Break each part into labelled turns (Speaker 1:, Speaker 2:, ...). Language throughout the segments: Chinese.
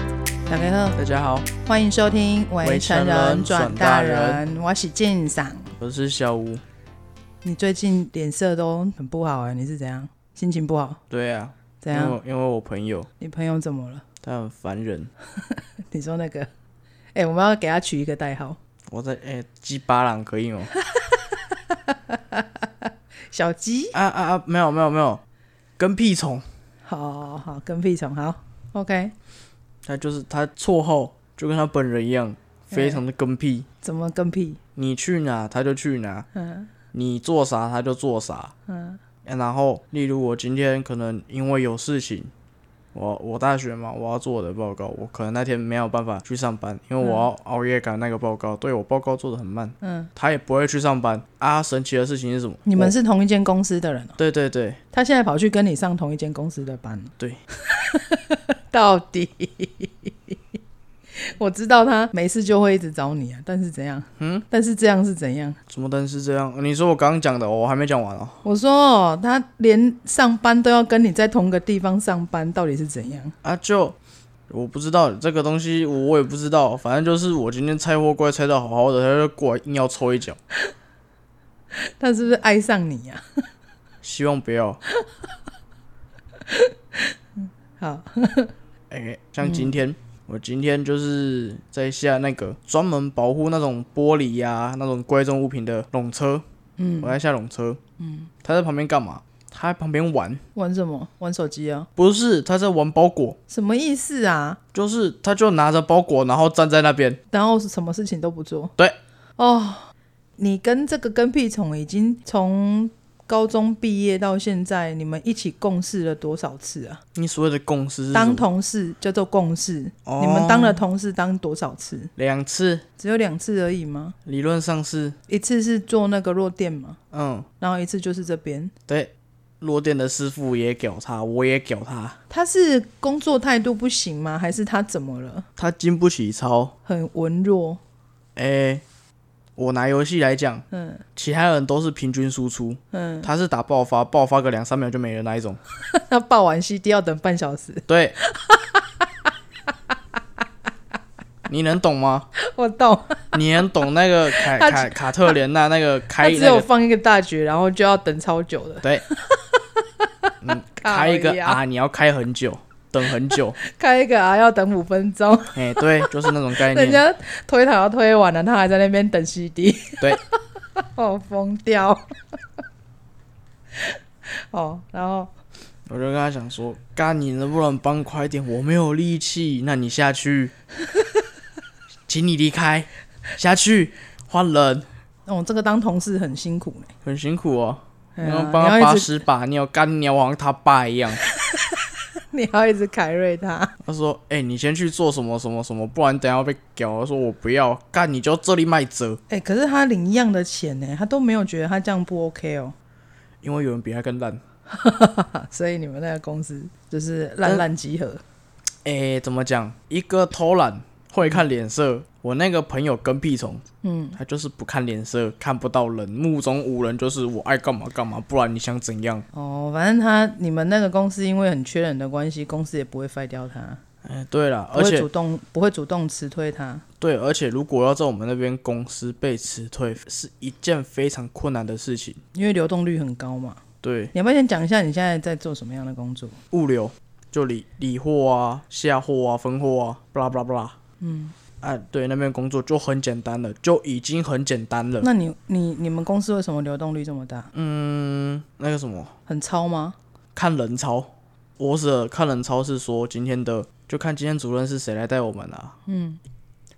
Speaker 1: 维赫，
Speaker 2: 大家好，
Speaker 1: 欢迎收听《
Speaker 2: 围
Speaker 1: 围
Speaker 2: 城
Speaker 1: 城人
Speaker 2: 人
Speaker 1: 转
Speaker 2: 转
Speaker 1: 大
Speaker 2: 大
Speaker 1: 人
Speaker 2: 人》，
Speaker 1: 我是晋赏。
Speaker 2: 我是小吴。
Speaker 1: 你最近脸色都很不好哎、你是怎样？心情不好？
Speaker 2: 对啊，
Speaker 1: 怎
Speaker 2: 因
Speaker 1: 样？
Speaker 2: 为因为我朋友
Speaker 1: 你朋友怎么了？
Speaker 2: 他很烦人，
Speaker 1: 你说那个，哎、我们要给他取一个代号，
Speaker 2: 我在哎鸡巴狼可以吗？
Speaker 1: 小鸡。
Speaker 2: 啊啊啊！没有没有没有，跟屁虫，
Speaker 1: 好好，跟屁虫好，OK。
Speaker 2: 他就是他绰号就跟他本人一样，非常的跟屁。
Speaker 1: 怎么跟屁？
Speaker 2: 你去哪他就去哪，
Speaker 1: 嗯
Speaker 2: 你做啥他就做啥。
Speaker 1: 嗯
Speaker 2: 然后，例如我今天可能因为有事情，我我大学嘛，我要做我的报告，我可能那天没有办法去上班，因为我要熬夜赶那个报告，对我报告做的很慢，
Speaker 1: 嗯，
Speaker 2: 他也不会去上班啊。神奇的事情是什么？
Speaker 1: 你们
Speaker 2: 我
Speaker 1: 是同一间公司的人哦、
Speaker 2: 对对对，
Speaker 1: 他现在跑去跟你上同一间公司的班，
Speaker 2: 对，
Speaker 1: 到底。我知道他没事就会一直找你啊，但是怎样？嗯，但是这样是怎样？
Speaker 2: 什么灯是这样？你说我刚刚讲的，我还没讲完哦。
Speaker 1: 我说哦他连上班都要跟你在同个地方上班，到底是怎样？
Speaker 2: 啊，就我不知道这个东西，我也不知道，反正就是我今天拆货柜拆的好好的，他就过来硬要抽一脚，
Speaker 1: 他是不是爱上你啊呀、
Speaker 2: 希望不要。
Speaker 1: 好，
Speaker 2: 哎、像今天、我今天就是在下那个专门保护那种玻璃呀、那种贵重物品的笼车，嗯，我在下笼车，嗯，他在旁边干嘛？他在旁边玩，
Speaker 1: 玩什么？玩手机哦？
Speaker 2: 不是他在玩包裹，
Speaker 1: 什么意思啊？
Speaker 2: 就是他就拿着包裹，然后站在那边，
Speaker 1: 然后什么事情都不做？
Speaker 2: 对，
Speaker 1: 哦，你跟这个跟屁虫已经从高中毕业到现在，你们一起共事了多少次啊？
Speaker 2: 你所谓的共识是什
Speaker 1: 当
Speaker 2: 么？
Speaker 1: 同事叫做共事，
Speaker 2: 哦
Speaker 1: 你们当了同事当多少次？
Speaker 2: 两次，
Speaker 1: 只有两次而已吗？
Speaker 2: 理论上是，
Speaker 1: 一次是做那个弱电嘛，
Speaker 2: 嗯，
Speaker 1: 然后一次就是这边。
Speaker 2: 对，落店的师傅也屌他，我也屌他，
Speaker 1: 他是工作态度不行吗？还是他怎么了？
Speaker 2: 他经不起操。
Speaker 1: 很文弱，
Speaker 2: 哎、我拿游戏来讲，
Speaker 1: 嗯
Speaker 2: 其他人都是平均输出，
Speaker 1: 嗯，
Speaker 2: 他是打爆发，爆发个两三秒就没了那一种。
Speaker 1: 他报完西地要等半小时，
Speaker 2: 对， 你能懂吗？
Speaker 1: 我懂。
Speaker 2: 你能懂那 个卡
Speaker 1: 他
Speaker 2: 卡卡特莲娜那个
Speaker 1: 他
Speaker 2: 开
Speaker 1: 只
Speaker 2: 那
Speaker 1: 有
Speaker 2: 个
Speaker 1: 放一个大局，然后就要等超久的，
Speaker 2: 对，嗯，开一
Speaker 1: 靠
Speaker 2: 个
Speaker 1: 腰
Speaker 2: 啊，你要开很久，等很 久，
Speaker 1: 开一个啊要等五分钟，
Speaker 2: 哎、对，就是那种概
Speaker 1: 人
Speaker 2: 念。
Speaker 1: 家推塔要推完了，他还在那边等 CD，
Speaker 2: 对，
Speaker 1: 哦疯掉。 哦，然后
Speaker 2: 我就跟他讲说，干，你能不能帮快点？我没有力气，那你 下去，请你离开，下去换人，
Speaker 1: 哦，这个当同事很辛苦呢、
Speaker 2: 很辛苦哦。
Speaker 1: 哎
Speaker 2: 然
Speaker 1: 呀
Speaker 2: 后帮他
Speaker 1: 你要
Speaker 2: 把
Speaker 1: 一直
Speaker 2: 屎把尿，干尿好像他爸一样。
Speaker 1: 你要一直凯瑞他，
Speaker 2: 他说：“哎、你先去做什么什么什么，不然等一下被屌。”我说：“我不要干，你就这里卖折，
Speaker 1: 哎、可是他领一样的钱呢、他都没有觉得他这样不 OK 哦。
Speaker 2: 因为有人比他更烂。
Speaker 1: 所以你们那个公司就是烂烂集合，
Speaker 2: 哎、怎么讲？一个偷懒，会看脸色。我那个朋友跟屁虫，
Speaker 1: 嗯，
Speaker 2: 他就是不看脸色，看不到人，目中无人，就是我爱干嘛干嘛，不然你想怎样？
Speaker 1: 哦，反正他你们那个公司因为很缺人的关系，公司也不会废掉他，
Speaker 2: 哎、对了，
Speaker 1: 不
Speaker 2: 而
Speaker 1: 会
Speaker 2: 且
Speaker 1: 主动不会主动辞退他。
Speaker 2: 对，而且如果要在我们那边公司被辞退，是一件非常困难的事情。
Speaker 1: 因为流动率很高嘛，
Speaker 2: 对，
Speaker 1: 你要不要先讲一下你现在在做什么样的工作？
Speaker 2: 物流就理理货啊、下货啊、分货啊，巴拉巴拉巴拉。嗯，啊，对，那边工作就很简单了，就已经很简单了。
Speaker 1: 那你你你们公司为什么流动率这么大？
Speaker 2: 嗯，那个什么，
Speaker 1: 很超吗？
Speaker 2: 看人操，我是看人操是说今天的，就看今天主任是谁来带我们啊。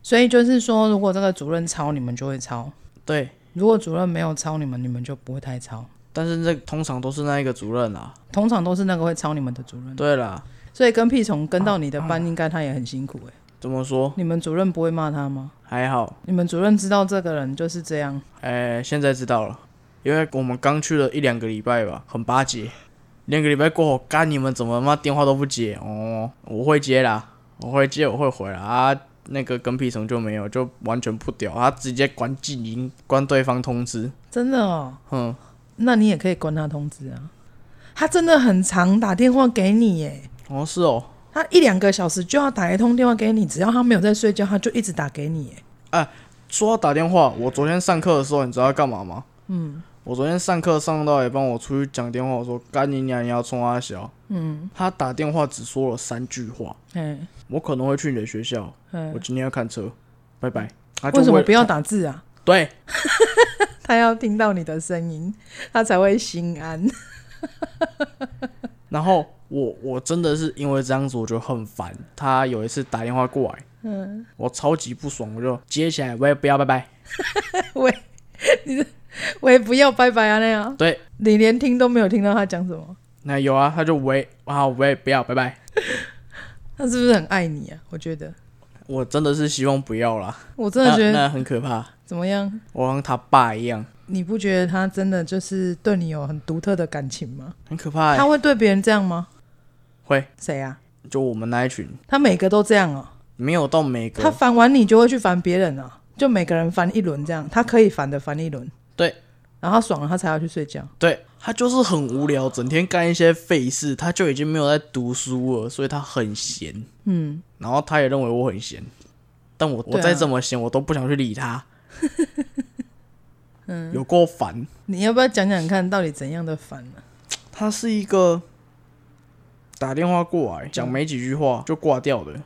Speaker 1: 所以就是说，如果这个主任超，你们就会超；
Speaker 2: 对，
Speaker 1: 如果主任没有超你们，你们就不会太超。
Speaker 2: 但是这通常都是那一个主任啊。
Speaker 1: 通常都是那个会超你们的主任，
Speaker 2: 对啦，
Speaker 1: 所以跟屁虫跟到你的班，应该他也很辛苦哎、
Speaker 2: 怎么说
Speaker 1: 你们主任不会骂他吗？
Speaker 2: 还好，
Speaker 1: 你们主任知道这个人就是这样，
Speaker 2: 哎、现在知道了，因为我们刚去了一两个礼拜吧，很巴结。两个礼拜过后，干你们怎么妈电话都不接哦？我会接啦，我会接，我会回啦。啊，那个跟屁虫就没有，就完全不屌，他直接关静音，关对方通知。
Speaker 1: 真的哦。
Speaker 2: 哼，
Speaker 1: 那你也可以关他通知啊。他真的很常打电话给你耶，
Speaker 2: 哦是哦，
Speaker 1: 他一两个小时就要打一通电话给你，只要他没有在睡觉，他就一直打给你。哎
Speaker 2: 说到打电话，我昨天上课的时候，你知道要干嘛吗？嗯，我昨天上课上到也帮我出去讲电话，我说干你娘，你要冲阿小。嗯，他打电话只说了三句话，
Speaker 1: 哎
Speaker 2: 我可能会去你的学校，
Speaker 1: 哎
Speaker 2: 我，今天要看车，拜拜。他
Speaker 1: 嗯
Speaker 2: 就
Speaker 1: 为什么
Speaker 2: 为
Speaker 1: 不要打字啊？
Speaker 2: 对，
Speaker 1: 他要听到你的声音，他才会心安。
Speaker 2: 然后我我真的是因为这样子，我觉得很烦。他有一次打电话过来，嗯，我超级不爽，我就接起来，喂，不要，拜拜。
Speaker 1: 喂，你这喂，不要拜拜啊那样，
Speaker 2: 对，
Speaker 1: 你连听都没有听到他讲什么，
Speaker 2: 那有啊，他就喂啊喂，不要，拜拜。
Speaker 1: 他是不是很爱你啊？我觉得，
Speaker 2: 我真的是希望不要啦，
Speaker 1: 我真
Speaker 2: 那
Speaker 1: 的觉得
Speaker 2: 那很可怕，
Speaker 1: 怎么样？
Speaker 2: 我像他爸一样，
Speaker 1: 你不觉得他真的就是对你有很独特的感情吗？
Speaker 2: 很可怕、欸
Speaker 1: 他。会对别人这样吗？
Speaker 2: 会，
Speaker 1: 哎谁啊？
Speaker 2: 就我们那一群，
Speaker 1: 他每个都这样哦、
Speaker 2: 没有到每
Speaker 1: 他
Speaker 2: 个
Speaker 1: 烦完你就会去烦别人啊，就每个人烦一轮这样，他可以烦的烦一轮，
Speaker 2: 对
Speaker 1: 然后他爽了他才要去睡觉。
Speaker 2: 对，他就是很无聊，整天干一些废事，他就已经没有在读书了，所以他很闲。
Speaker 1: 嗯，
Speaker 2: 然后他也认为我很闲，但我、
Speaker 1: 对
Speaker 2: 我
Speaker 1: 啊
Speaker 2: 再怎么闲，我都不想去理他。嗯，有够烦。
Speaker 1: 你要不要讲讲看到底怎样的烦呢、
Speaker 2: 他是一个打电话过来讲没几句话就挂掉的，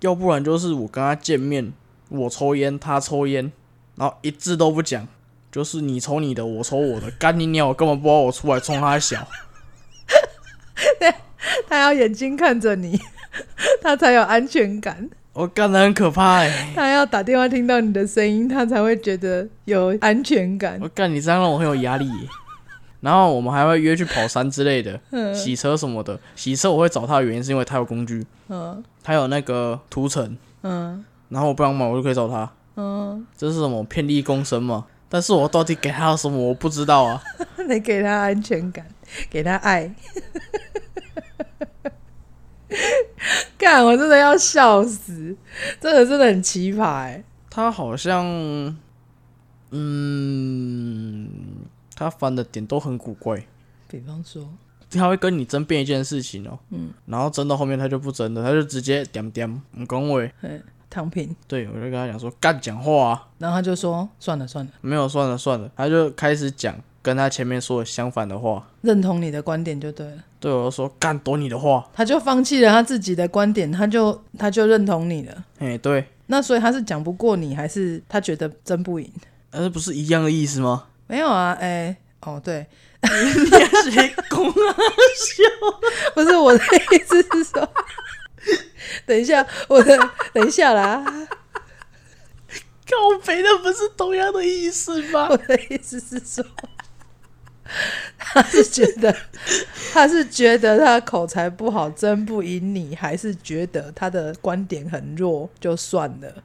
Speaker 2: 要不然就是我跟他见面，我抽烟，他抽烟，然后一字都不讲，就是你抽你的，我抽我的，干你鸟，我根本不知道我出来冲他小，
Speaker 1: 他要眼睛看着你， 他才有安全感。
Speaker 2: 我干得很可怕哎、
Speaker 1: 他要打电话听到你的声音，他才会觉得有安全感
Speaker 2: 我。干，你这样让我很有压力耶。然后我们还会约去跑山之类的，
Speaker 1: 嗯
Speaker 2: 洗车什么的。洗车我会找他的原因是因为他有工具，
Speaker 1: 嗯
Speaker 2: 他有那个涂层，
Speaker 1: 嗯
Speaker 2: 然后我不想买我就可以找他。
Speaker 1: 嗯，
Speaker 2: 这是什么遍地公生嘛？但是我到底给他什么我不知道啊。
Speaker 1: 你给他安全感，给他爱。 干，我真的要笑死！这个真的很奇葩哎、
Speaker 2: 他好像，嗯，他烦的点都很古怪。
Speaker 1: 比方说，
Speaker 2: 他会跟你争辩一件事情哦，嗯，然后争到后面他就不争了，他就直接点点唔恭维。
Speaker 1: 嗯，躺平，
Speaker 2: 对我就跟他讲说干讲话啊，
Speaker 1: 然后他就说算了算了，
Speaker 2: 没有，算了算了，他就开始讲跟他前面说的相反的话。
Speaker 1: 认同你的观点就对了。
Speaker 2: 对我就说干懂你的话，
Speaker 1: 他就放弃了他自己的观点，他就他就认同你了。
Speaker 2: 哎，对，
Speaker 1: 那所以他是讲不过你，还是他觉得争不赢？
Speaker 2: 但是不是一样的意思吗？
Speaker 1: 没有啊，哎、哦对，
Speaker 2: 谁攻啊？
Speaker 1: 不是我的意思是说， 等一下，我的等一下啦，
Speaker 2: 靠北，那不是同样的意思吗
Speaker 1: 我？的意思是说，他是觉得他是觉得他口才不好，争不赢你，还是觉得他的观点很弱，就算了。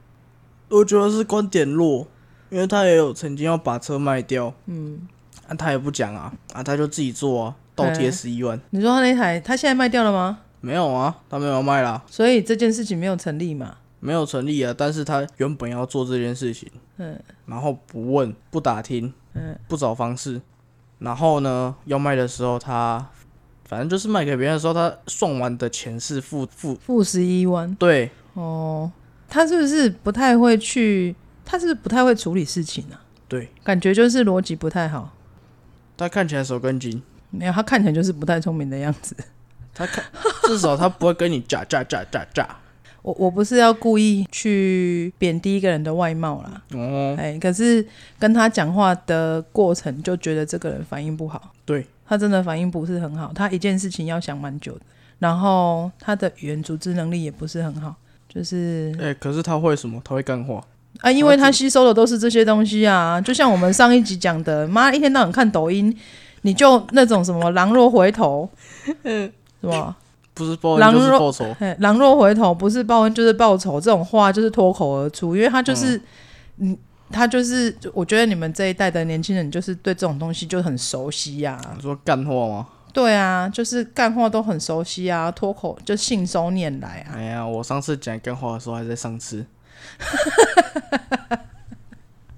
Speaker 2: 我觉得是观点弱，因为他也有曾经要把车卖掉，
Speaker 1: 嗯，
Speaker 2: 啊，他也不讲啊，啊，他就自己做啊，倒贴
Speaker 1: 哎
Speaker 2: 十一万，
Speaker 1: 你说他那台他现在卖掉了吗？
Speaker 2: 没有啊，他没有要卖啦，
Speaker 1: 所以这件事情没有成立嘛？
Speaker 2: 没有成立啊，但是他原本要做这件事情，
Speaker 1: 嗯，
Speaker 2: 然后不问不打听，
Speaker 1: 嗯，
Speaker 2: 不找方式，然后呢要卖的时候他，反正就是卖给别人的时候，他算完的钱是付付
Speaker 1: 负十一万
Speaker 2: 对，
Speaker 1: 哦，他是不是不太会去？他是不是不太会处理事情啊？
Speaker 2: 对
Speaker 1: 感觉就是逻辑不太好。
Speaker 2: 他看起来手跟筋，
Speaker 1: 没有，他看起来就是不太聪明的样子。
Speaker 2: 他看 至少他不会跟你炸炸炸炸炸，
Speaker 1: 我我不是要故意去贬低一个人的外貌啦，
Speaker 2: 哦，
Speaker 1: 哎、可是跟他讲话的过程就觉得这个人反应不好，
Speaker 2: 对，
Speaker 1: 他真的反应不是很好，他一件事情要想蛮久的，然后他的语言组织能力也不是很好，就是
Speaker 2: 哎、可是他会什么？他会干话，
Speaker 1: 啊，因为他吸收的都是这些东西啊，就像我们上一集讲的，妈一天到晚看抖音，你就那种什么狼若回头， 嗯，是吧？
Speaker 2: 不是报
Speaker 1: 狼
Speaker 2: 恩就是
Speaker 1: 肉
Speaker 2: 报仇，
Speaker 1: 哎，狼若回头，不是报恩就是报仇，这种话就是脱口而出，因为他就是，嗯，他就是，我觉得你们这一代的年轻人就是对这种东西就很熟悉呀、
Speaker 2: 你说干话吗？
Speaker 1: 对啊，就是干话都很熟悉啊，脱口就信手拈来啊，
Speaker 2: 哎呀，我上次讲干话的时候还在上次，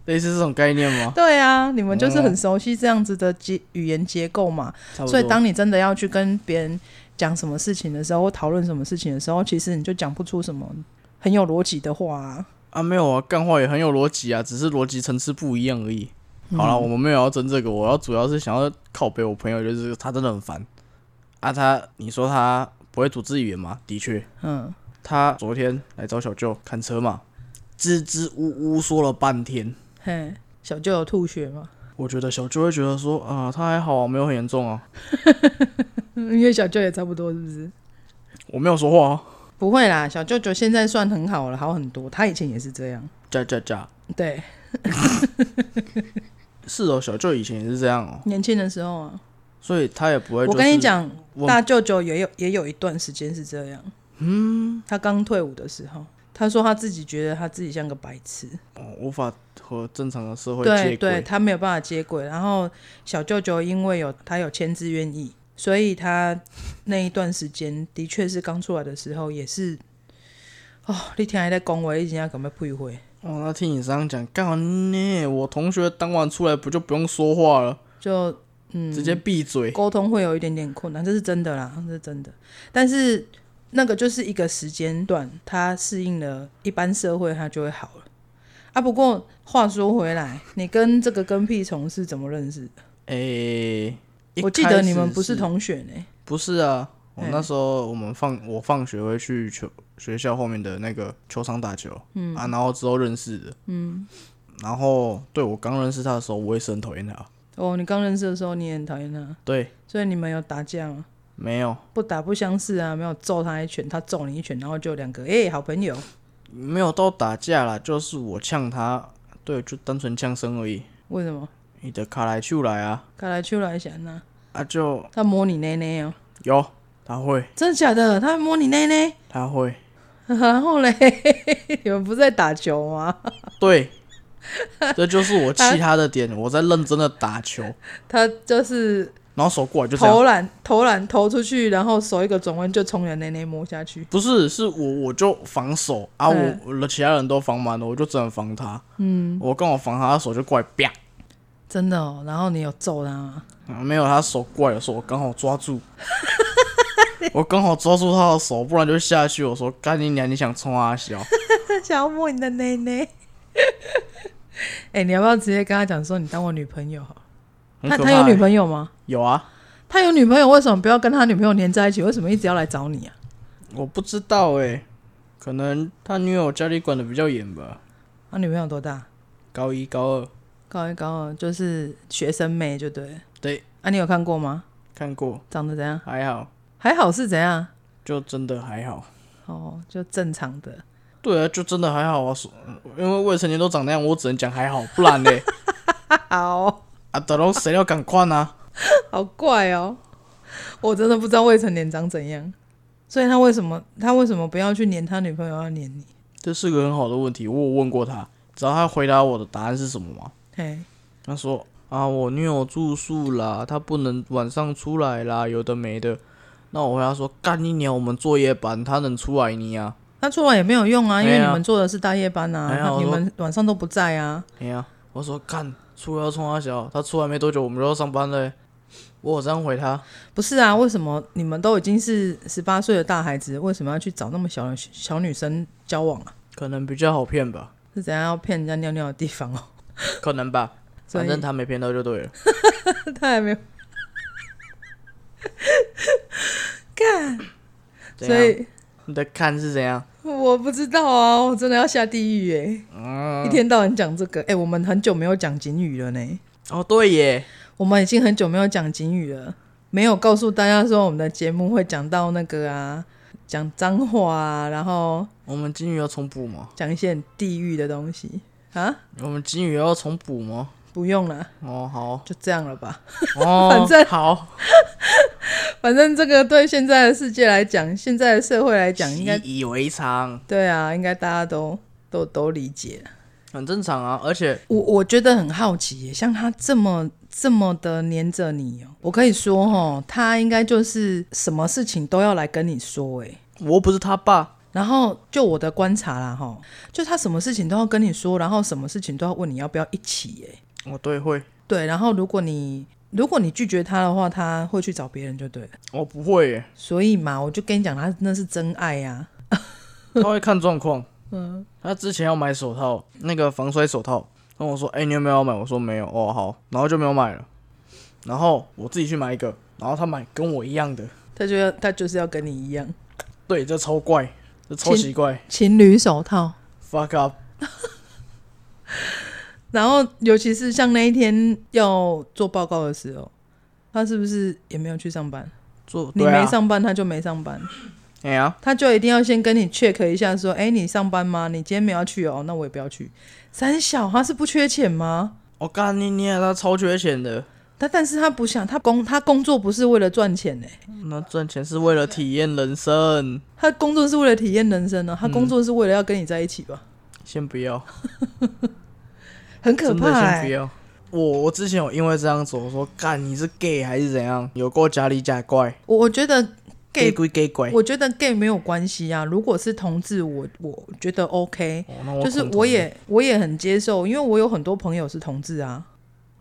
Speaker 2: 类似这种概念吗？
Speaker 1: 对啊，你们就是很
Speaker 2: 嗯
Speaker 1: 熟悉这样子的结语言结构嘛，
Speaker 2: 差不多。
Speaker 1: 所以当你真的要去跟别人讲什么事情的时候，或讨论什么事情的时候，其实你就讲不出什么很有逻辑的话、啊。
Speaker 2: 啊，没有啊，干话也很有逻辑啊，只是逻辑层次不一样而已。
Speaker 1: 嗯
Speaker 2: 好了，我们没有要争这个，我要主要是想要靠北我朋友，就是他真的很烦啊他。你说他不会组织语言吗？的确，
Speaker 1: 嗯，
Speaker 2: 他昨天来找小舅看车嘛，支支吾吾说了半天。
Speaker 1: 嘿，小舅有吐血 嘛？
Speaker 2: 我觉得小舅会觉得说啊，他还好啊，没有很严重啊，
Speaker 1: 嗯因为小舅也差不多，是不是？
Speaker 2: 我没有说话、啊，
Speaker 1: 不会啦，小舅舅现在算很好了，好很多。他以前也是这样。
Speaker 2: 加加加。
Speaker 1: 对，
Speaker 2: 是哦，小舅以前也是这样哦，
Speaker 1: 年轻的时候啊，
Speaker 2: 所以他也不会、
Speaker 1: 我跟你，讲，
Speaker 2: 我
Speaker 1: 大舅舅也有也有一段时间是这样。嗯，他刚退伍的时候，他说他自己觉得他自己像个白痴。
Speaker 2: 哦无法和正常的社会
Speaker 1: 对
Speaker 2: 接
Speaker 1: 对，
Speaker 2: 轨。
Speaker 1: 他没有办法接轨。然后小舅舅因为有他有签字愿意，所以他那一段时间的确是刚出来的时候也是，哦，你听还在恭维，已经要赶快退回，
Speaker 2: 哦，那听你这样讲，干呢？我同学当晚出来不就不用说话了，
Speaker 1: 就
Speaker 2: 直接闭嘴。
Speaker 1: 沟通会有一点点困难，这是真的啦，这是真的。但是那个就是一个时间段，他适应了一般社会，他就会好了。啊，不过话说回来，你跟这个跟屁虫是怎么认识的？
Speaker 2: 诶、一
Speaker 1: 我记
Speaker 2: 开
Speaker 1: 得
Speaker 2: 始
Speaker 1: 你们不是
Speaker 2: 是，
Speaker 1: 同学呢、
Speaker 2: 不是啊。我
Speaker 1: 哎
Speaker 2: 那时候我们放我放学会去球学校后面的那个球场打球，嗯啊，然后之后认识的，嗯，然后对我刚认识他的时候，我也是很讨厌他，
Speaker 1: 哦，你刚认识的时候你也很讨厌他，
Speaker 2: 对，
Speaker 1: 所以你们有打架吗？
Speaker 2: 没有
Speaker 1: 不打不相识啊，没有揍他一拳，他揍你一拳，然后就两个哎、好朋友。
Speaker 2: 没有到打架啦，就是我呛他，对，就单纯呛声而已。
Speaker 1: 为什么？
Speaker 2: 你的卡来就来啊
Speaker 1: 看来秋来想呢，
Speaker 2: 啊就
Speaker 1: 他摸你奶奶哦，
Speaker 2: 有，他会
Speaker 1: 真的假的？他还摸你奶奶，
Speaker 2: 他会，
Speaker 1: 然后嘞， 你们不是在打球吗？
Speaker 2: 啊对，这就是我气他的点，我在认真的打球，
Speaker 1: 他就是
Speaker 2: 然后手过来就这样，
Speaker 1: 投篮，投篮投出去，然后手一个转弯就从你的奶奶摸下去。
Speaker 2: 不是是我我就防守啊，
Speaker 1: 嗯
Speaker 2: 我我其他人都防满了，我就只能防他，嗯，我刚好防他，他手就过来啪，
Speaker 1: 真的哦，然后你有揍他吗？
Speaker 2: 啊没有他手过来的时候，我刚好抓住。 我刚好抓住他的手，不然就下去。我说：“干你娘！你想冲啊小？”
Speaker 1: 他想要摸你的奶奶。 哎、你要不要直接跟他讲说你当我女朋友好了？
Speaker 2: 很
Speaker 1: 他
Speaker 2: 可
Speaker 1: 他有
Speaker 2: 怕
Speaker 1: 女
Speaker 2: 欸
Speaker 1: 朋友吗？
Speaker 2: 有啊，
Speaker 1: 他有女朋友，为什么不要跟他女朋友黏在一起？为什么一直要来找你啊？
Speaker 2: 我不知道哎、可能他女友家里管的比较严吧，
Speaker 1: 他女朋友多大？
Speaker 2: 高一高二
Speaker 1: 高一高二，就是学生妹，就对了。
Speaker 2: 对
Speaker 1: 啊，你有看过吗？
Speaker 2: 看过，
Speaker 1: 长得怎样？
Speaker 2: 还好，
Speaker 1: 还好是怎样？
Speaker 2: 就真的还好。
Speaker 1: 哦，就正常的。
Speaker 2: 对啊，就真的还好啊，所因为未成年都长那样，我只能讲还好，不然呢？
Speaker 1: 好，
Speaker 2: 啊，等到谁要啊赶快呢？
Speaker 1: 好怪哦！我真的不知道未成年长怎样，所以他为什么他为什么不要去黏他女朋友，要黏你？
Speaker 2: 这是个很好的问题，我有问过他，知道他回答我的答案是什么吗？
Speaker 1: 嘿，
Speaker 2: 他说啊，我女友住宿啦，她不能晚上出来啦，有的没的。那我回答说，干你娘，我们做夜班，她能出来你啊？
Speaker 1: 他出来也没有用啊，因为
Speaker 2: 哎
Speaker 1: 你
Speaker 2: 呀
Speaker 1: 们做的是大夜班啊，
Speaker 2: 哎呀
Speaker 1: 那
Speaker 2: 我
Speaker 1: 你
Speaker 2: 说
Speaker 1: 们晚上都不在啊。
Speaker 2: 哎呀、我说干，出来要冲他小，他出来没多久，我们就要上班了欸。我有这样回他，
Speaker 1: 不是啊，为什么你们都已经是十八岁的大孩子，为什么要去找那么小的小女生交往啊？
Speaker 2: 可能比较好骗吧，
Speaker 1: 是怎样要骗人家尿尿的地方哦？
Speaker 2: 可能吧，
Speaker 1: 所以
Speaker 2: 反正他没骗到就对了。
Speaker 1: 他还没有，
Speaker 2: 怎
Speaker 1: 所
Speaker 2: 样？
Speaker 1: 以
Speaker 2: 你的看是怎样？
Speaker 1: 我不知道啊，我真的要下地狱哎、一天到晚讲这个，哎、我们很久没有讲警语了呢，
Speaker 2: 哦，对耶，
Speaker 1: 我们已经很久没有讲警语了，没有告诉大家说我们的节目会讲到那个啊，讲脏话啊，然后
Speaker 2: 我们金鱼要重补吗？
Speaker 1: 讲一些很地狱的东西啊，
Speaker 2: 我们金鱼要重补吗？
Speaker 1: 不用了，
Speaker 2: 哦，好，
Speaker 1: 就这样了吧。
Speaker 2: 哦，
Speaker 1: 反正
Speaker 2: 好，
Speaker 1: 反正这个对现在的世界来讲，现在的社会来讲，应该
Speaker 2: 习以为常，
Speaker 1: 对啊，应该大家都都都理解了。
Speaker 2: 很正常啊。而且
Speaker 1: 我我觉得很好奇耶，像他这么这么的黏着你哦，我可以说哦，他应该就是什么事情都要来跟你说哎，
Speaker 2: 我又不是他爸，
Speaker 1: 然后就我的观察啦，哈，就他什么事情都要跟你说，然后什么事情都要问你要不要一起，哎，
Speaker 2: 哦，对，会，
Speaker 1: 对，然后如果你如果你拒绝他的话，他会去找别人就对了。
Speaker 2: 我哦不会耶，
Speaker 1: 所以嘛，我就跟你讲，他那是真爱啊呀、
Speaker 2: 他会看状况。嗯，他之前要买手套，那个防摔手套，跟我说，哎、你有没有要买？我说没有，哦，好，然后就没有买了。然后我自己去买一个，然后他买跟我一样的，
Speaker 1: 他就要他就是要跟你一样，
Speaker 2: 对，这超怪，这超
Speaker 1: 亲
Speaker 2: 奇怪
Speaker 1: 情侣手套。
Speaker 2: ，fuck up，
Speaker 1: 然后尤其是像那一天要做报告的时候，他是不是也没有去上班？
Speaker 2: 做
Speaker 1: 你
Speaker 2: 对啊
Speaker 1: 没上班，他就没上班，
Speaker 2: 哎呀，
Speaker 1: 他就一定要先跟你 check 一下，说，哎，你上班吗？你今天没有要去哦，那我也不要去。三小他是不缺钱吗？
Speaker 2: 我干你你啊，他超缺钱的，
Speaker 1: 他但是他不想，他工他工作不是为了赚钱呢、
Speaker 2: 那赚钱是为了体验人生，
Speaker 1: 他工作是为了体验人生呢、啊他工作是为了要跟你在一起吧，
Speaker 2: 先不要，
Speaker 1: 很可
Speaker 2: 真的
Speaker 1: 怕、
Speaker 2: 先不
Speaker 1: 欸。
Speaker 2: 要。我我之前有因为这样子，我说干你是 gay 还是怎样，有够假里假怪
Speaker 1: 我我觉得
Speaker 2: ，gay
Speaker 1: gay
Speaker 2: 归 gay 怪。
Speaker 1: 我觉得 gay 没有关系啊，如果是同志，我我觉得 OK，
Speaker 2: 哦那我
Speaker 1: 就是
Speaker 2: 恐同
Speaker 1: 我也我也很接受，因为我有很多朋友是同志啊，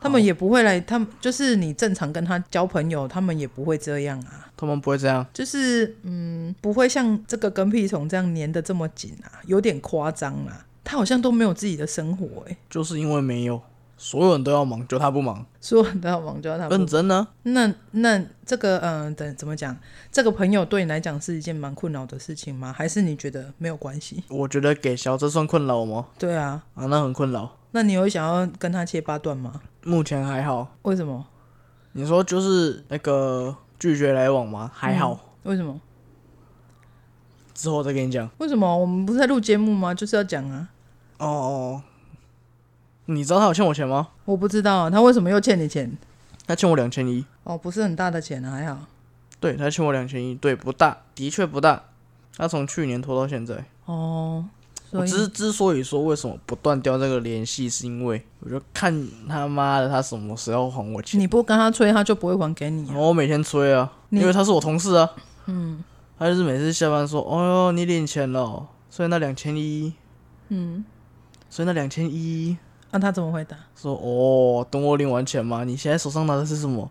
Speaker 1: 他们
Speaker 2: 好
Speaker 1: 也不会来，他们就是你正常跟他交朋友，他们也不会这样啊，
Speaker 2: 他们不会这样，
Speaker 1: 就是嗯，不会像这个跟屁虫这样粘的这么紧啊，有点夸张啊，他好像都没有自己的生活哎、欸，
Speaker 2: 就是因为没有，所有人都要忙，就他不忙。
Speaker 1: 所有人都要忙就要他
Speaker 2: 认真呢？
Speaker 1: 那那这个嗯、呃等怎么讲？这个朋友对你来讲是一件蛮困扰的事情吗？还是你觉得没有关系？
Speaker 2: 我觉得给小这算困扰吗？
Speaker 1: 对啊，
Speaker 2: 啊，那很困扰。
Speaker 1: 那你有想要跟他切八段吗？
Speaker 2: 目前还好。
Speaker 1: 为什么？
Speaker 2: 你说就是那个拒绝来往吗？还好，
Speaker 1: 为什么？
Speaker 2: 之后再跟你讲。
Speaker 1: 为什么？我们不是在录节目吗？就是要讲啊！
Speaker 2: 哦哦，你知道他有欠我钱吗？
Speaker 1: 我不知道啊、他为什么又欠你钱？
Speaker 2: 他欠我两千一。
Speaker 1: 哦，不是很大的钱啊，还好。
Speaker 2: 对他欠我两千一，对，不大，的确不大。他从去年拖到现在，
Speaker 1: 哦，所
Speaker 2: 我
Speaker 1: 以
Speaker 2: 之之所以说为什么不断掉这个联系，是因为我就看他妈的他什么时候还我钱，
Speaker 1: 你不跟他催，他就不会还给你、
Speaker 2: 然
Speaker 1: 啊。
Speaker 2: 后我每天催啊，
Speaker 1: 你
Speaker 2: 因为他是我同事啊，嗯，他就是每次下班说，哦哟，你领钱了，所以那两千一，
Speaker 1: 嗯，
Speaker 2: 所以那两千一，
Speaker 1: 那、啊他怎么回答？
Speaker 2: 说哦，等我领完钱嘛，你现在手上拿的是什么？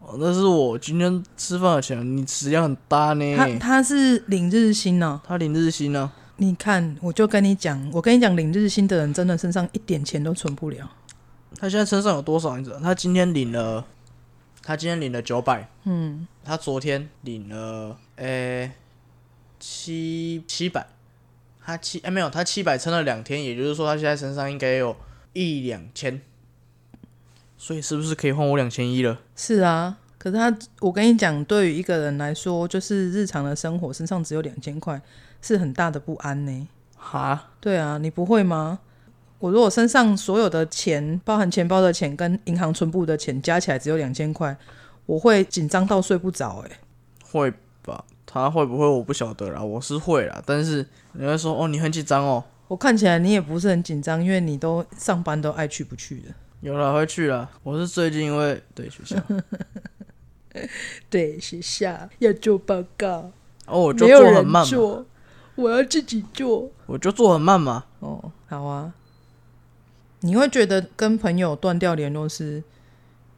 Speaker 2: 哦，那是我今天吃饭的钱，你食量很大呢。
Speaker 1: 他他是领日薪呢、
Speaker 2: 他领日薪啊呢、
Speaker 1: 你看，我就跟你讲，我跟你讲，领日薪的人真的身上一点钱都存不了。
Speaker 2: 他现在身上有多少？你知道？他今天领了，他今天领了九百，
Speaker 1: 嗯，
Speaker 2: 他昨天领了，诶、七七百，他七哎、没有，他七百撑了两天，也就是说他现在身上应该有一两千，所以是不是可以换我两千一了？
Speaker 1: 是啊。可是他，我跟你讲，对于一个人来说，就是日常的生活，身上只有两千块，是很大的不安呢、
Speaker 2: 哈，
Speaker 1: 对啊，你不会吗？我如果身上所有的钱，包含钱包的钱跟银行存部的钱加起来只有两千块，我会紧张到睡不着、欸。
Speaker 2: 会吧？他会不会我不晓得啦，我是会啦，但是你会说哦，你很紧张哦，
Speaker 1: 我看起来你也不是很紧张，因为你都上班都爱去不去的。
Speaker 2: 有了会去啦。我是最近因为对学校，
Speaker 1: 对，学校要做报告，
Speaker 2: 哦，我就
Speaker 1: 没有
Speaker 2: 做很
Speaker 1: 人
Speaker 2: 慢嘛，
Speaker 1: 做，我要自己做。
Speaker 2: 我就做很慢嘛，
Speaker 1: 哦，好啊。你会觉得跟朋友断掉联络是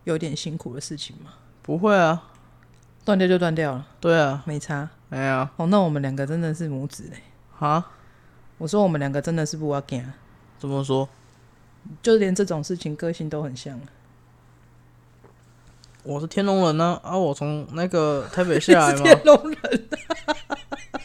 Speaker 1: 有点辛苦的事情吗？
Speaker 2: 不会啊，
Speaker 1: 断掉就断掉了，
Speaker 2: 对啊，
Speaker 1: 没差。
Speaker 2: 哎呀，
Speaker 1: 哦，那我们两个真的是母子嘞。欸
Speaker 2: 哈，
Speaker 1: 我说我们两个真的是不要干，
Speaker 2: 怎么说？
Speaker 1: 就连这种事情个性都很像。
Speaker 2: 我是天龙人呢、啊，我从那 个台北下来
Speaker 1: 是
Speaker 2: 嘛，
Speaker 1: 天龙人，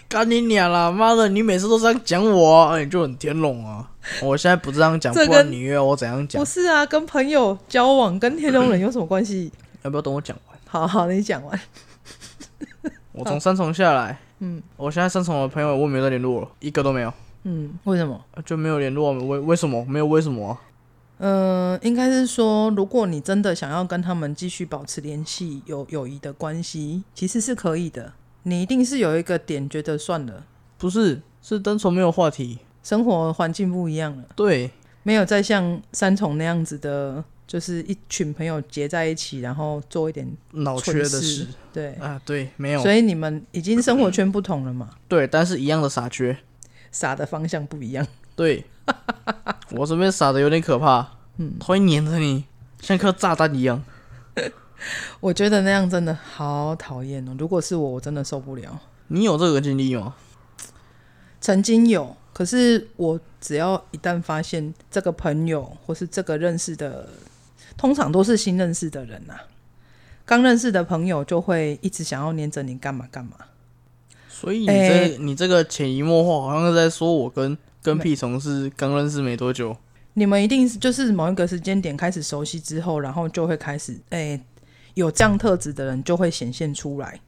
Speaker 2: 干你娘啦！妈的，你每次都这样讲我、啊，哎你就很天龙啊！我现在不这样讲，不
Speaker 1: 这
Speaker 2: 然
Speaker 1: 跟
Speaker 2: 你约我怎样讲
Speaker 1: 不？是啊？跟朋友交往跟天龙人有什么关系？
Speaker 2: 要不要等我讲完？
Speaker 1: 好好，你讲完。
Speaker 2: 我从三重下来，
Speaker 1: 嗯
Speaker 2: 我现在三重的朋友我也没有再联络了，一个都没有，啊
Speaker 1: 嗯，为什么？
Speaker 2: 就没有联络。为为什么没有？为什么、啊？
Speaker 1: 呃，应该是说，如果你真的想要跟他们继续保持联系，有友谊的关系，其实是可以的。你一定是有一个点觉得算了，
Speaker 2: 不是，是单纯没有话题。
Speaker 1: 生活环境不一样了，
Speaker 2: 对，
Speaker 1: 没有再像三重那样子的就是一群朋友结在一起，然后做一点
Speaker 2: 脑缺
Speaker 1: 蠢
Speaker 2: 的事
Speaker 1: 对，
Speaker 2: 啊，对，没有
Speaker 1: 所以你们已经生活圈不同了嘛，
Speaker 2: 对，但是一样的傻缺，
Speaker 1: 撒的方向不一样。
Speaker 2: 对我这边傻的有点可怕，嗯，它会黏着你，像颗炸弹一样。
Speaker 1: 我觉得那样真的好讨厌哦。如果是我，我真的受不了。
Speaker 2: 你有这个经历吗？
Speaker 1: 曾经有，可是我只要一旦发现这个朋友或是这个认识的，通常都是新认识的人呐、啊刚认识的朋友就会一直想要黏着你干嘛干嘛。
Speaker 2: 所以你
Speaker 1: 哎
Speaker 2: 这、你这个潜移默化，好像是在说我跟跟屁虫是刚认识没多久，
Speaker 1: 你们一定是就是某一个时间点开始熟悉之后，然后就会开始，哎、有这样特质的人就会显现出来。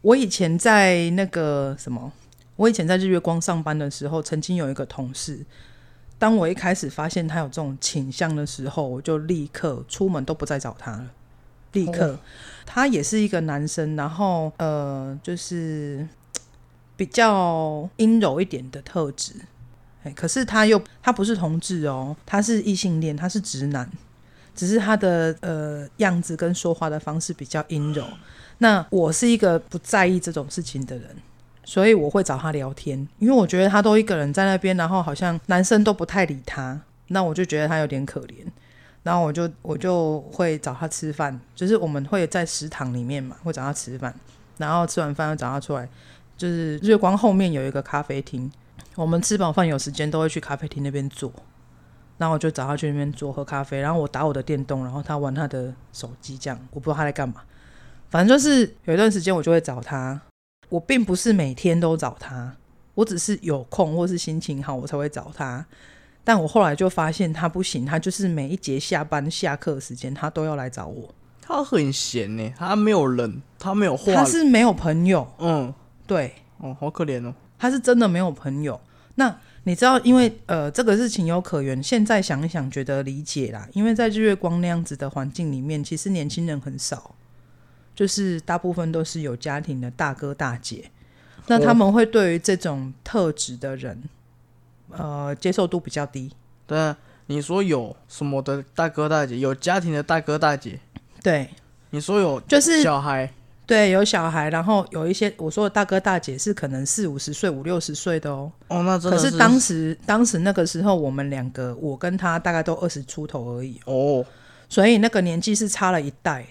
Speaker 1: 我以前在那个什么，我以前在日月光上班的时候，曾经有一个同事，当我一开始发现他有这种倾向的时候，我就立刻出门都不再找他了，立刻。他也是一个男生，然后呃，就是比较阴柔一点的特质。哎，可是他又他不是同志哦，他是异性恋，他是直男，只是他的呃样子跟说话的方式比较阴柔。那我是一个不在意这种事情的人，所以我会找他聊天，因为我觉得他都一个人在那边，然后好像男生都不太理他，那我就觉得他有点可怜。然后我就我就会找他吃饭，就是我们会在食堂里面嘛，会找他吃饭，然后吃完饭又找他出来，就是日月光后面有一个咖啡厅，我们吃饱饭有时间都会去咖啡厅那边坐，然后我就找他去那边坐喝咖啡，然后我打我的电动，然后他玩他的手机，这样我不知道他在干嘛。反正就是有一段时间我就会找他，我并不是每天都找他，我只是有空或是心情好我才会找他。但我后来就发现他不行，他就是每一节下班下课时间他都要来找我，
Speaker 2: 他很闲呢、他没有人，他没有话，
Speaker 1: 他是没有朋友，
Speaker 2: 嗯，
Speaker 1: 对，
Speaker 2: 哦，好可怜哦。
Speaker 1: 他是真的没有朋友。那你知道，因为呃，这个是情有可原。现在想一想，觉得理解啦。因为在日月光那样子的环境里面，其实年轻人很少，就是大部分都是有家庭的大哥大姐。
Speaker 2: 哦
Speaker 1: 那他们会对于这种特质的人，呃，接受度比较低。
Speaker 2: 但你说有什么的大哥大姐，有家庭的大哥大姐，
Speaker 1: 对，
Speaker 2: 你说有
Speaker 1: 就是
Speaker 2: 小孩，
Speaker 1: 对有小孩，然后有一些我说的大哥大姐是可能四五十岁、五六十岁的哦。
Speaker 2: 哦，那真
Speaker 1: 可
Speaker 2: 的
Speaker 1: 是当时当时那个时候，我们两个我跟他大概都二十出头而已哦
Speaker 2: 哦，
Speaker 1: 所以那个年纪是差了一代，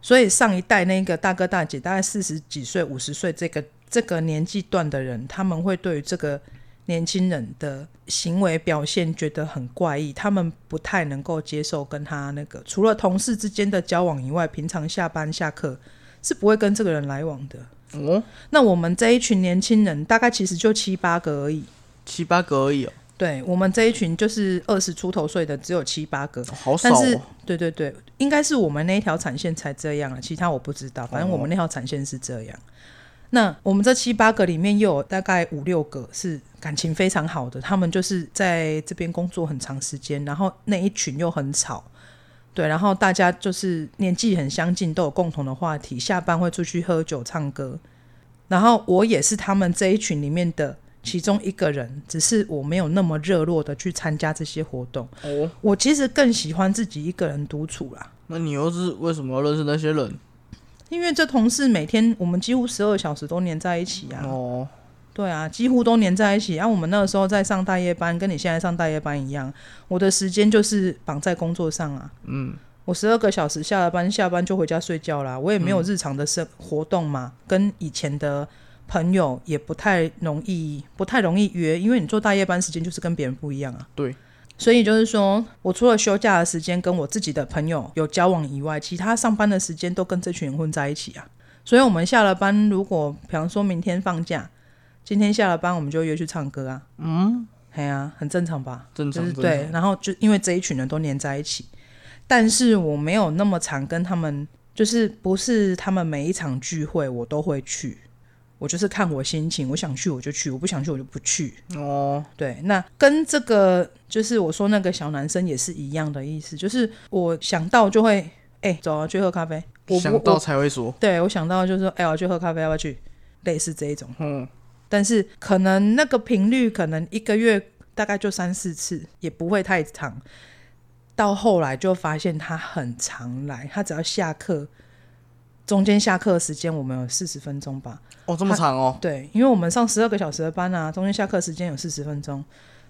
Speaker 1: 所以上一代那个大哥大姐大概四十几岁、五十岁这个这个年纪段的人，他们会对于这个年轻人的行为表现觉得很怪异，他们不太能够接受跟他那个除了同事之间的交往以外，平常下班下课是不会跟这个人来往的。
Speaker 2: 哦，
Speaker 1: 那我们这一群年轻人大概其实就七八个而已，
Speaker 2: 七八个而已哦，
Speaker 1: 对我们这一群就是二十出头岁的只有七八个，
Speaker 2: 好少
Speaker 1: 但是
Speaker 2: 哦。，
Speaker 1: 对对对，应该是我们那一条产线才这样啊，其他我不知道。反
Speaker 2: 哦
Speaker 1: 正我们那条产线是这样。那我们这七八个里面，又有大概五六个是感情非常好的，他们就是在这边工作很长时间，然后那一群又很吵，对，然后大家就是年纪很相近，都有共同的话题，下班会出去喝酒唱歌。然后我也是他们这一群里面的其中一个人，只是我没有那么热络的去参加这些活动。
Speaker 2: 哦，
Speaker 1: 我其实更喜欢自己一个人独处啦，
Speaker 2: 那你又是为什么要认识那些人？
Speaker 1: 因为这同事每天我们几乎十二小时都黏在一起啊，
Speaker 2: 哦，
Speaker 1: 对啊，几乎都黏在一起。啊，我们那个时候在上大夜班，跟你现在上大夜班一样，我的时间就是绑在工作上啊，嗯，我十二个小时下了班，下班就回家睡觉啦，我也没有日常的生活动嘛，跟以前的。朋友也不太容易，不太容易约，因为你做大夜班时间就是跟别人不一样啊。
Speaker 2: 对，
Speaker 1: 所以就是说，我除了休假的时间跟我自己的朋友有交往以外，其他上班的时间都跟这群人混在一起啊。所以我们下了班，如果比方说明天放假，今天下了班我们就约去唱歌啊。嗯，哎呀、很正常吧？
Speaker 2: 正
Speaker 1: 就
Speaker 2: 常
Speaker 1: 是
Speaker 2: 正
Speaker 1: 对，
Speaker 2: 常。
Speaker 1: 然后就因为这一群人都黏在一起，但是我没有那么常跟他们，就是不是他们每一场聚会我都会去，我就是看我心情，我想去我就去，我不想去我就不去。
Speaker 2: 哦，
Speaker 1: 对，那跟这个就是我说那个小男生也是一样的意思，就是我想到就会哎、走啊去喝咖啡，我不
Speaker 2: 想到
Speaker 1: 我
Speaker 2: 才会说，
Speaker 1: 对我想到就是说哎、我去喝咖啡要不要去，类似这一种，
Speaker 2: 嗯，
Speaker 1: 但是可能那个频率可能一个月大概就三四次，也不会太长。到后来就发现他很常来，他只要下课，中间下课的时间我们有四十分钟吧，
Speaker 2: 哦，这么长哦，
Speaker 1: 对，因为我们上十二个小时的班啊，中间下课时间有四十分钟，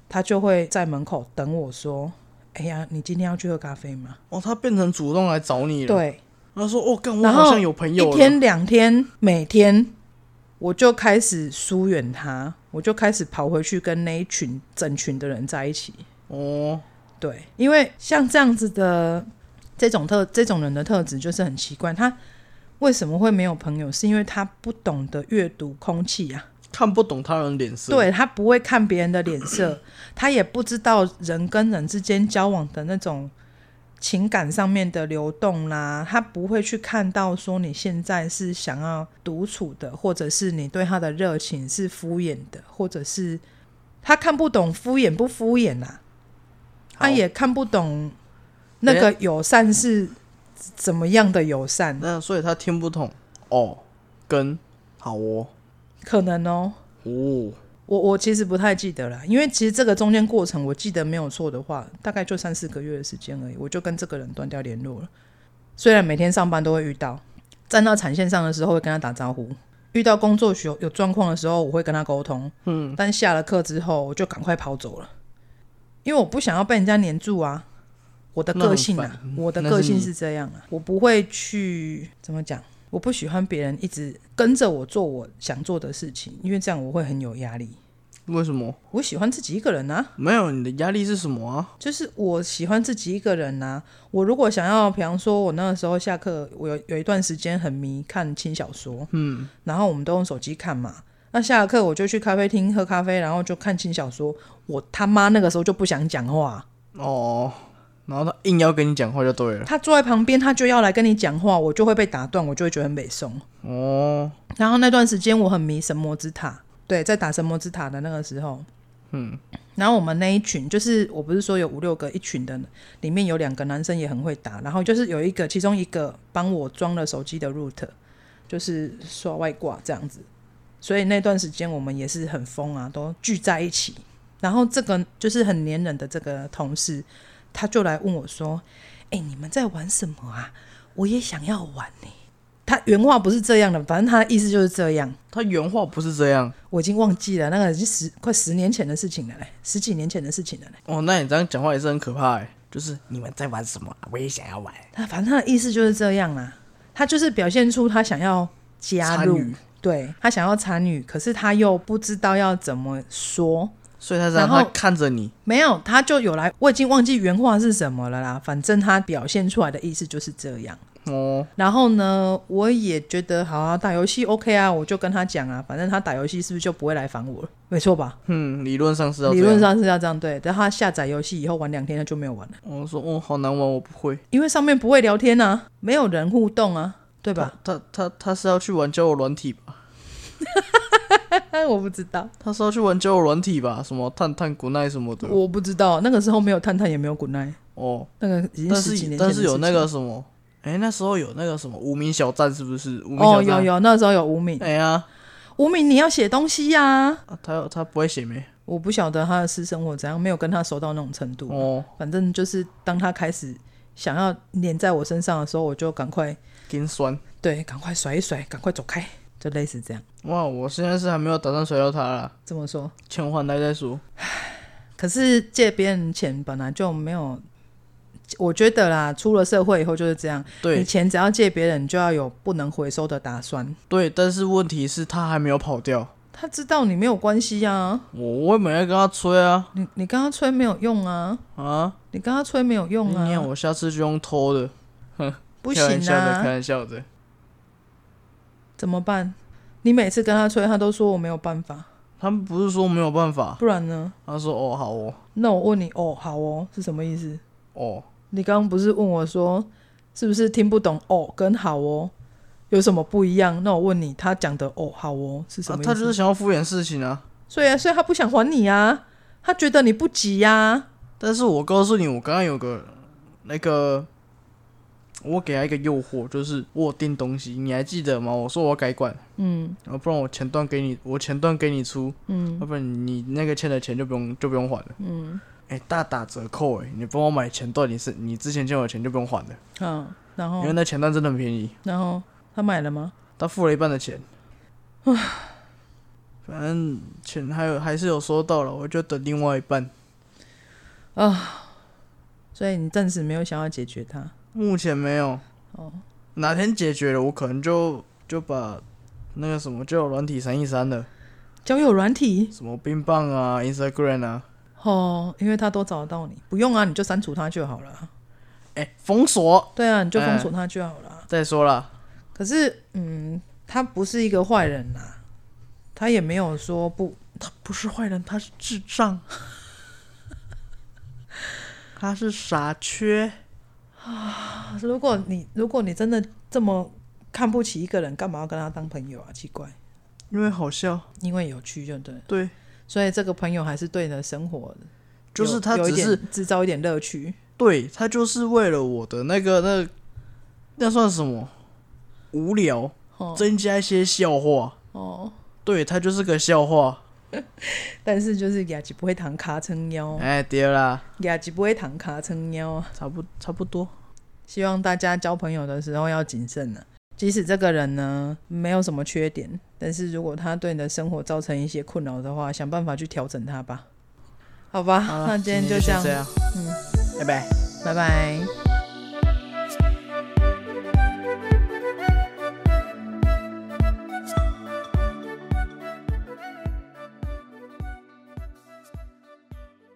Speaker 1: 他就会在门口等我说：“哎呀，你今天要去喝咖啡吗
Speaker 2: 哦，他变成主动来找？”你了。
Speaker 1: 对，
Speaker 2: 他说：“哦，干，我
Speaker 1: 然后
Speaker 2: 好像有朋友
Speaker 1: 一
Speaker 2: 了。
Speaker 1: 天两天，每天我就开始疏远他，我就开始跑回去跟那一群整群的人在一起。
Speaker 2: 哦，
Speaker 1: 对，因为像这样子的这种特这种人的特质就是很奇怪，他为什么会没有朋友？是因为他不懂得阅读空气啊。
Speaker 2: 看不懂他人脸色。，
Speaker 1: 对他不会看别人的脸色，他也不知道人跟人之间交往的那种情感上面的流动啦，他不会去看到说你现在是想要独处的，或者是你对他的热情是敷衍的，或者是他看不懂敷衍不敷衍啦、他
Speaker 2: 好
Speaker 1: 也看不懂那个友善是怎么样的友善，
Speaker 2: 那所以他听不懂哦，跟好哦，
Speaker 1: 可能哦。
Speaker 2: 哦，
Speaker 1: 我我其实不太记得了，因为其实这个中间过程，我记得没有错的话，大概就三四个月的时间而已，我就跟这个人断掉联络了。虽然每天上班都会遇到，站到产线上的时候会跟他打招呼，遇到工作有有状况的时候，我会跟他沟通。嗯，但下了课之后，我就赶快跑走了，因为我不想要被人家黏住啊。我的个性
Speaker 2: 那
Speaker 1: 啊
Speaker 2: 很，烦
Speaker 1: 我的
Speaker 2: 那是
Speaker 1: 个性
Speaker 2: 你
Speaker 1: 是这样啊，我不会去怎么讲，我不喜欢别人一直跟着我做我想做的事情，因为这样我会很有压力。
Speaker 2: 为什么？
Speaker 1: 我喜欢自己一个人啊，
Speaker 2: 没有你的压力是什么啊？
Speaker 1: 就是我喜欢自己一个人啊。我如果想要，比方说，我那个时候下课，我有有一段时间很迷看轻小说，嗯，然后我们都用手机看嘛。那下了课我就去咖啡厅喝咖啡，然后就看轻小说。我他妈那个时候就不想讲话，
Speaker 2: 哦，然后他硬要跟你讲话就对了。
Speaker 1: 他坐在旁边，他就要来跟你讲话，我就会被打断，我就会觉得很北宋。
Speaker 2: 哦，
Speaker 1: 然后那段时间我很迷神魔之塔，对，在打神魔之塔的那个时候，嗯，然后我们那一群就是我不是说有五六个一群的，里面有两个男生也很会打，然后就是有一个其中一个帮我装了手机的 root，就是刷外挂这样子，所以那段时间我们也是很疯啊，都聚在一起。然后这个就是很黏人的这个同事，他就来问我说：“哎、你们在玩什么啊？我也想要玩呢、他原话不是这样的，反正他的意思就是这样。
Speaker 2: 他原话不是这样。
Speaker 1: 我已经忘记了，那个已经十快十年前的事情了嘞，十几年前的事情了嘞。
Speaker 2: 哦，那你这样讲话也是很可怕哎。就是你们在玩什么？啊我也想要玩。
Speaker 1: 他反正他的意思就是这样啦、他就是表现出他想要加入
Speaker 2: 参与，
Speaker 1: 对他想要参与，可是他又不知道要怎么说。
Speaker 2: 所以他这样，
Speaker 1: 然后
Speaker 2: 他看着你。
Speaker 1: 没有，他就有来，我已经忘记原话是什么了啦。反正他表现出来的意思就是这样。
Speaker 2: 哦，
Speaker 1: 然后呢，我也觉得好啊，打游戏 OK 啊，我就跟他讲啊，反正他打游戏是不是就不会来烦我了？没错吧？
Speaker 2: 嗯，理论上是要这
Speaker 1: 理
Speaker 2: 样。
Speaker 1: 论，上是要这样对，但他下载游戏以后玩两天他就没有玩了，
Speaker 2: 我说哦，好难玩，我不会。
Speaker 1: 因为上面不会聊天啊，没有人互动啊，对吧？
Speaker 2: 他他他是要去玩交友软体吧？
Speaker 1: 我不知道，
Speaker 2: 他是要去玩交友软体吧？什么探探、国奈什么的。
Speaker 1: 我不知道，那个时候没有探探也没有滚奈，
Speaker 2: 哦，
Speaker 1: 那个已经
Speaker 2: 但
Speaker 1: 十几
Speaker 2: 是
Speaker 1: 年前
Speaker 2: 但
Speaker 1: 的事
Speaker 2: 是
Speaker 1: 情
Speaker 2: 有那个什么，哎、那时候有那个什么无名小站是不是？无名
Speaker 1: 哦，
Speaker 2: 小站、
Speaker 1: 有有那时候有无名，
Speaker 2: 哎呀、
Speaker 1: 无名你要写东西呀、
Speaker 2: 啊他他不会写没？
Speaker 1: 我不晓得他的私生活怎样，没有跟他熟到那种程度，
Speaker 2: 哦，
Speaker 1: 反正就是当他开始想要黏在我身上的时候，我就赶快
Speaker 2: 心酸。
Speaker 1: 对，赶快甩一甩，赶快走开，就类似这样
Speaker 2: 哇，我现在是还没有打算甩掉他啦，
Speaker 1: 这么说。
Speaker 2: 钱还来再说。
Speaker 1: 可是借别人钱本来就没有，我觉得啦，出了社会以后就是这样。你
Speaker 2: 对
Speaker 1: 钱只要借别人，就要有不能回收的打算。
Speaker 2: 对，但是问题是他还没有跑掉，
Speaker 1: 他知道你没有关系啊，
Speaker 2: 我我也没在跟他吹啊
Speaker 1: 你你跟他吹没有用啊，
Speaker 2: 啊！
Speaker 1: 你跟他吹没有用
Speaker 2: 你看
Speaker 1: 啊，
Speaker 2: 我下次就用偷的，
Speaker 1: 不
Speaker 2: 开玩
Speaker 1: 行
Speaker 2: 笑的，开
Speaker 1: 啊，
Speaker 2: 玩笑的。
Speaker 1: 怎么办？你每次跟他吹，他都说我没有办法，
Speaker 2: 他们不是说没有办法，
Speaker 1: 不然呢？
Speaker 2: 他说哦好哦
Speaker 1: 那我问你，哦，好哦，是什么意思？
Speaker 2: 哦，
Speaker 1: 你刚刚不是问我说，是不是听不懂哦跟好哦有什么不一样？那我问你，他讲的哦好哦是什
Speaker 2: 啊
Speaker 1: 么意思？
Speaker 2: 他就是想要敷衍事情啊。
Speaker 1: 所以啊，所以他不想还你啊，他觉得你不急呀、
Speaker 2: 但是我告诉你，我刚刚有个那个，我给他一个诱惑，就是我有订东西，你还记得吗？我说我要改管，
Speaker 1: 嗯
Speaker 2: 然后不然我前段给你，我前段给你出，
Speaker 1: 嗯
Speaker 2: 要不然你那个欠的钱就不用就不用还了。
Speaker 1: 嗯，
Speaker 2: 哎、大打折扣哎、你帮我买前段，你是你之前欠我的钱就不用还了，
Speaker 1: 嗯，然后
Speaker 2: 因为那前段真的很便宜，
Speaker 1: 然后他买了吗？
Speaker 2: 他付了一半的钱。反正钱还有还是有收到了，我就等另外一半。
Speaker 1: 所以你暂时没有想要解决它。
Speaker 2: 目前没有，
Speaker 1: 哦，
Speaker 2: 哪天解决了，我可能就就把那个什么交友软体删一删了，
Speaker 1: 交友软体
Speaker 2: 什么冰棒啊、Instagram 啊，
Speaker 1: 哦，因为他都找得到你，不用啊，你就删除他就好了啊。
Speaker 2: 哎、封锁。
Speaker 1: 对啊，你就
Speaker 2: 哎
Speaker 1: 封锁他就好了啊。
Speaker 2: 再说了，
Speaker 1: 可是，嗯，他不是一个坏人呐、他也没有说不，
Speaker 2: 他不是坏人，他是智障， 他是傻缺。
Speaker 1: 如果你如果你真的这么看不起一个人，干嘛要跟他当朋友啊？奇怪，
Speaker 2: 因为好笑，
Speaker 1: 因为有趣就对了，
Speaker 2: 对，
Speaker 1: 所以这个朋友还是对你的生活
Speaker 2: 就是
Speaker 1: 有
Speaker 2: 他
Speaker 1: 有一
Speaker 2: 只
Speaker 1: 点
Speaker 2: 是
Speaker 1: 制造一点乐趣。
Speaker 2: 对他就是为了我的那个那那算什么无聊，
Speaker 1: 哦
Speaker 2: 增加一些笑话。
Speaker 1: 哦，
Speaker 2: 对他就是个笑话。
Speaker 1: 但是就是雅吉不会弹卡撑腰，
Speaker 2: 哎、对啦，
Speaker 1: 雅吉不会弹卡撑腰啊。
Speaker 2: 差不差不多。
Speaker 1: 希望大家交朋友的时候要谨慎呢、即使这个人呢没有什么缺点，但是如果他对你的生活造成一些困扰的话，想办法去调整他吧。好吧，
Speaker 2: 好啦
Speaker 1: 那今天就这
Speaker 2: 先
Speaker 1: 样，
Speaker 2: 这样，
Speaker 1: 嗯，
Speaker 2: 拜拜。
Speaker 1: 拜拜。